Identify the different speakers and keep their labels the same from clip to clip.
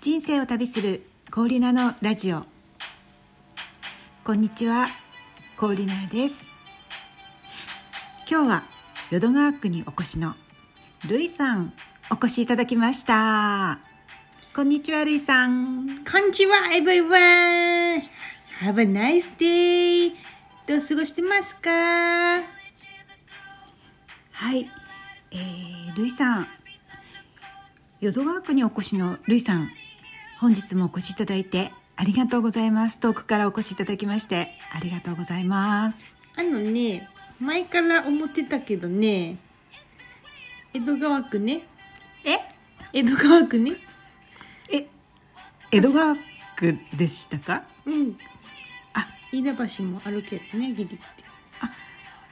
Speaker 1: 人生を旅するコーリナのラジオこんにちはコーリナです今日は淀川区にお越しのルイさんお越しいただきましたこんにちはルイさん
Speaker 2: こんにちは、everyone! Have a nice day! どう過ごしてますかは
Speaker 1: はい、えー、ルイさん淀川区にお越しのルイさん本日もお越しいただいてありがとうございます遠くからお越しいただきましてありがとうございます
Speaker 2: あのね、前から思ってたけどね、江戸川区ね、
Speaker 1: え
Speaker 2: 江戸川区ね、
Speaker 1: え江戸川区でしたか
Speaker 2: うん、
Speaker 1: あ
Speaker 2: 飯田橋もあるけどね、ギリギリ。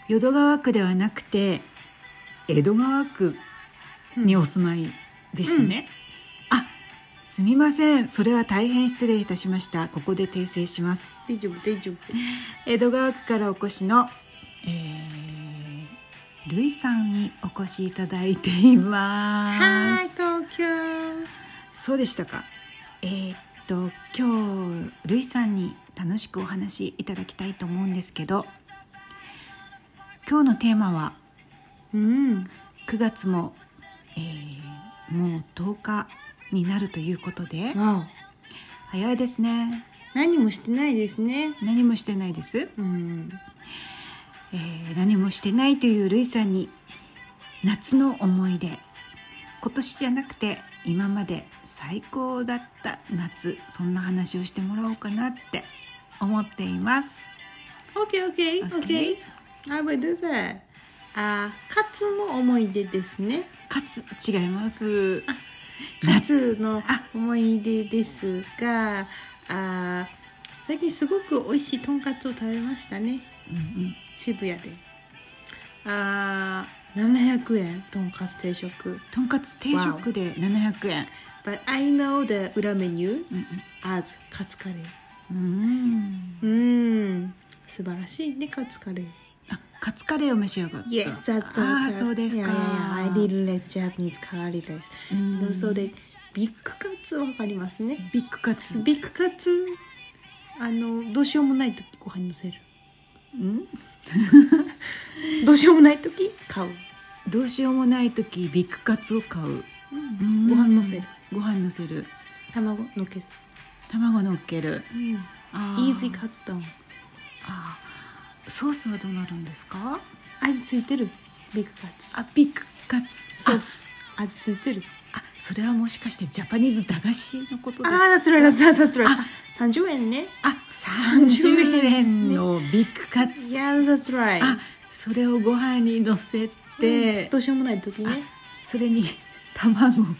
Speaker 1: 淀川区ではなくて江戸川区にお住まいでしたね、あすみませんそれは大変失礼いたしましたここで訂正します
Speaker 2: 大丈夫、大丈夫。
Speaker 1: 江戸川区からお越しの、えー、ルイさんにお越しいただいていま
Speaker 2: はーい、
Speaker 1: す。
Speaker 2: 東京。
Speaker 1: そうでしたか。えーっと今日ルイさんに楽しくお話しいただきたいと思うんですけど、今日のテーマは
Speaker 2: うん、
Speaker 1: 9月も、えーもう10日になるということで
Speaker 2: わお。
Speaker 1: 早いですね。
Speaker 2: 何もしてないですね。
Speaker 1: 何もしてないです。
Speaker 2: うん、
Speaker 1: えー何もしてないというルイさんに夏の思い出今年じゃなくて今まで最高だった夏そんな話をしてもらおうかなって思っています。
Speaker 2: OK, OK,
Speaker 1: Okay.
Speaker 2: OK. I will do that. あー、カツの思い出ですね。
Speaker 1: かつ違います。
Speaker 2: 夏の思い出ですがあー最近すごく美味しいとんかつを食べましたね
Speaker 1: うんうん
Speaker 2: 渋谷であー700円とんかつ定食
Speaker 1: とんかつ定食で700円。
Speaker 2: But I know the 裏メニュー
Speaker 1: うん
Speaker 2: as カツカレー
Speaker 1: うんうん。
Speaker 2: うーん素晴らしいねカツカレー
Speaker 1: あ、カツカレーを召し上がった。
Speaker 2: Yes, that's
Speaker 1: ああ、そうですか。
Speaker 2: Yeah, yeah, yeah. I really like Japanese curry rice
Speaker 1: うん
Speaker 2: それでビッグカツわかりますね
Speaker 1: ビッグカツ。
Speaker 2: ビッグカツあのどうしようもない時ご飯にのせる
Speaker 1: うん
Speaker 2: どうしようもない時買う、
Speaker 1: どうしようもない時ビッグカツを買う。
Speaker 2: ご飯のせる
Speaker 1: ご飯のせる
Speaker 2: 卵のっける、
Speaker 1: 卵のっけるあ
Speaker 2: イージーカツ丼
Speaker 1: あーソースはどうなるんですか
Speaker 2: 味ついてるビッグカツ
Speaker 1: あビッグカツ
Speaker 2: ソース味ついてる
Speaker 1: ああそれはもしかしてジャパニーズ駄菓子のことです
Speaker 2: ああつららささつら
Speaker 1: あ
Speaker 2: ら30円ね
Speaker 1: あ三十
Speaker 2: 30
Speaker 1: 円のビッグカツ、
Speaker 2: Yeah that's right
Speaker 1: あそれをご飯にのせ
Speaker 2: うん
Speaker 1: て、
Speaker 2: どうしようもない時ね
Speaker 1: それに卵をか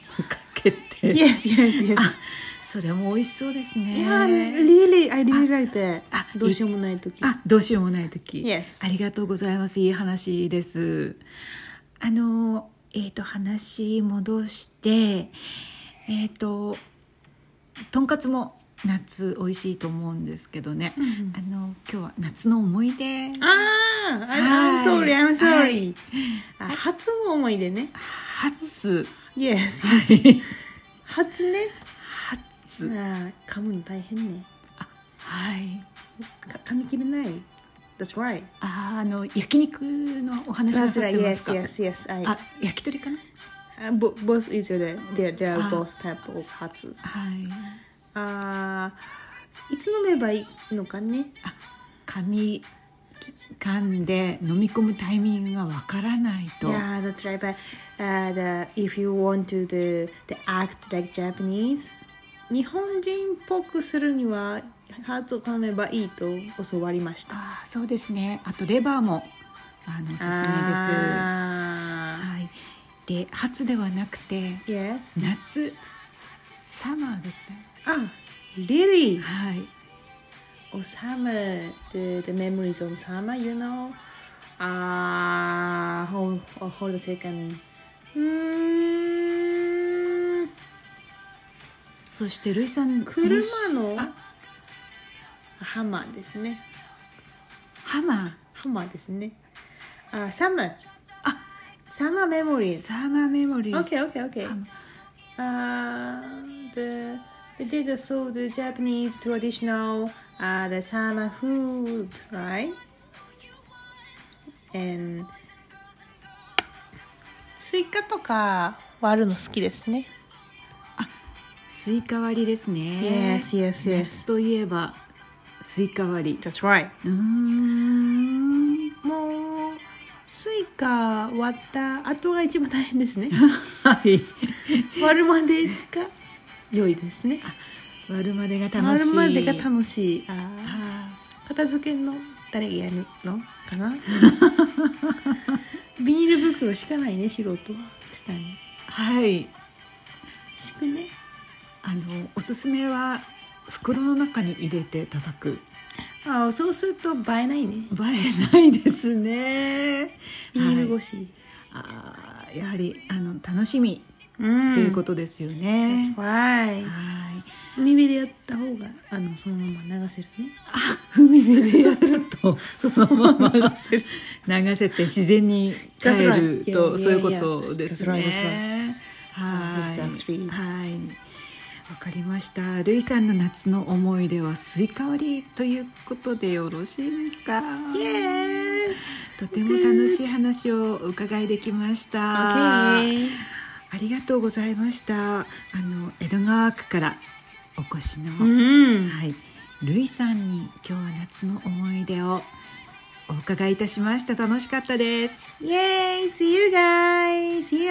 Speaker 1: けて、
Speaker 2: Yes yes yes
Speaker 1: あそれも美味しそうですね
Speaker 2: Yeah really I really like that
Speaker 1: あ
Speaker 2: どうしようもない時
Speaker 1: あ、どうしようもない時。
Speaker 2: Yes
Speaker 1: ありがとうございます。いい話です。あの、えっ、と、話戻して、えっ、と、とんかつも夏美味しいと思うんですけどね。
Speaker 2: うんうん
Speaker 1: あの、今日は夏の思い出。
Speaker 2: あー I'm
Speaker 1: はい
Speaker 2: sorry I'm
Speaker 1: は
Speaker 2: sorry
Speaker 1: い
Speaker 2: あ初の思い出ね
Speaker 1: 初。
Speaker 2: Yes
Speaker 1: はい。
Speaker 2: 初ねあ
Speaker 1: 初。
Speaker 2: ー噛むの大変ね
Speaker 1: はい。
Speaker 2: か噛み切れない That's right
Speaker 1: ああの、焼肉のお話なさってますか
Speaker 2: yes, yes, yes. I,
Speaker 1: あ、焼き鳥かな
Speaker 2: uh, bo- both is there. There, there are
Speaker 1: あ
Speaker 2: both type of hearts.
Speaker 1: はい。
Speaker 2: あーいつ飲めばいいのかね。
Speaker 1: あ噛み噛んで飲み込むタイミングがわからないと
Speaker 2: Yeah, that's right. But uh, the, if you want to the, the act like Japanese, 日本人っぽくするにはハーツを噛めばいいと教わりました。
Speaker 1: あーそうですねあとレバーもあのおすすめです
Speaker 2: あ
Speaker 1: はいで初ではなくて
Speaker 2: ー Yes.
Speaker 1: 夏サマーですね
Speaker 2: あ、really?
Speaker 1: はい
Speaker 2: Oh, summer, the, the memories of summer, you know. Ah, hold, oh, hold a second. Mm,
Speaker 1: そしてルイさん
Speaker 2: 車の
Speaker 1: もしあ
Speaker 2: ハマーですね。
Speaker 1: ハマ
Speaker 2: ハマーですね。あ、サマー。
Speaker 1: あ、
Speaker 2: サマーメ
Speaker 1: ー
Speaker 2: モリーズ。
Speaker 1: サマーメモリーズ
Speaker 2: Okay, okay, okay.
Speaker 1: ハマー
Speaker 2: Ah, the They did so the Japanese traditional uh, the summer food, right? And スイカとか割るの好きですね。
Speaker 1: スイカ割りですね
Speaker 2: Yes, yes, yes.
Speaker 1: 夏といえばスイカ割り
Speaker 2: That's right.
Speaker 1: うー ん
Speaker 2: もうスイカ割った後が一番大変 ですね。
Speaker 1: はい
Speaker 2: 割るまでが良いですね。
Speaker 1: 割るまでが楽
Speaker 2: 割
Speaker 1: し
Speaker 2: る
Speaker 1: い
Speaker 2: までが楽しい。あー
Speaker 1: あ
Speaker 2: 片付けの誰がやるのか なビニール袋しかないね素人は下に
Speaker 1: ーはい
Speaker 2: しくね
Speaker 1: あのおすすめは袋の中に入れて叩く
Speaker 2: あそうすると映えない
Speaker 1: 映
Speaker 2: ね
Speaker 1: えないですね
Speaker 2: ビニール
Speaker 1: はい、
Speaker 2: 越し、
Speaker 1: あーやはりあの楽しみ
Speaker 2: うん
Speaker 1: っていうことですよね、
Speaker 2: は
Speaker 1: は
Speaker 2: い
Speaker 1: い
Speaker 2: 海辺でやった方があのそのまま流せるね
Speaker 1: あ海辺でやると そのまま流せる流せて自然に帰
Speaker 2: That's
Speaker 1: る
Speaker 2: right.
Speaker 1: と
Speaker 2: Yeah, yeah,
Speaker 1: そういうことですね
Speaker 2: yeah. That's
Speaker 1: はい
Speaker 2: Exactly.
Speaker 1: はいわかりましたルイさんの夏の思い出はスイカ割りということでよろしいですか
Speaker 2: イエーイ
Speaker 1: とても楽しい話をお伺いできましたあ
Speaker 2: OK
Speaker 1: りがとうございましたあの江戸川区からお越しの、
Speaker 2: うん
Speaker 1: はい、ルイさんに今日は夏の思い出をお伺いいたしました楽しかったです
Speaker 2: イエーイ See you guys See you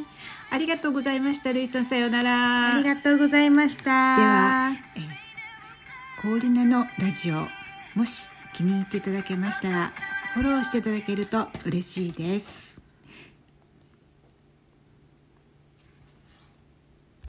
Speaker 2: again
Speaker 1: ありがとうございましたルイさんさような
Speaker 2: あ
Speaker 1: ら
Speaker 2: りがとうございましたで
Speaker 1: ではえーコーリナのラジオもし気に入っていただけましたらフォローしていただけると嬉しいです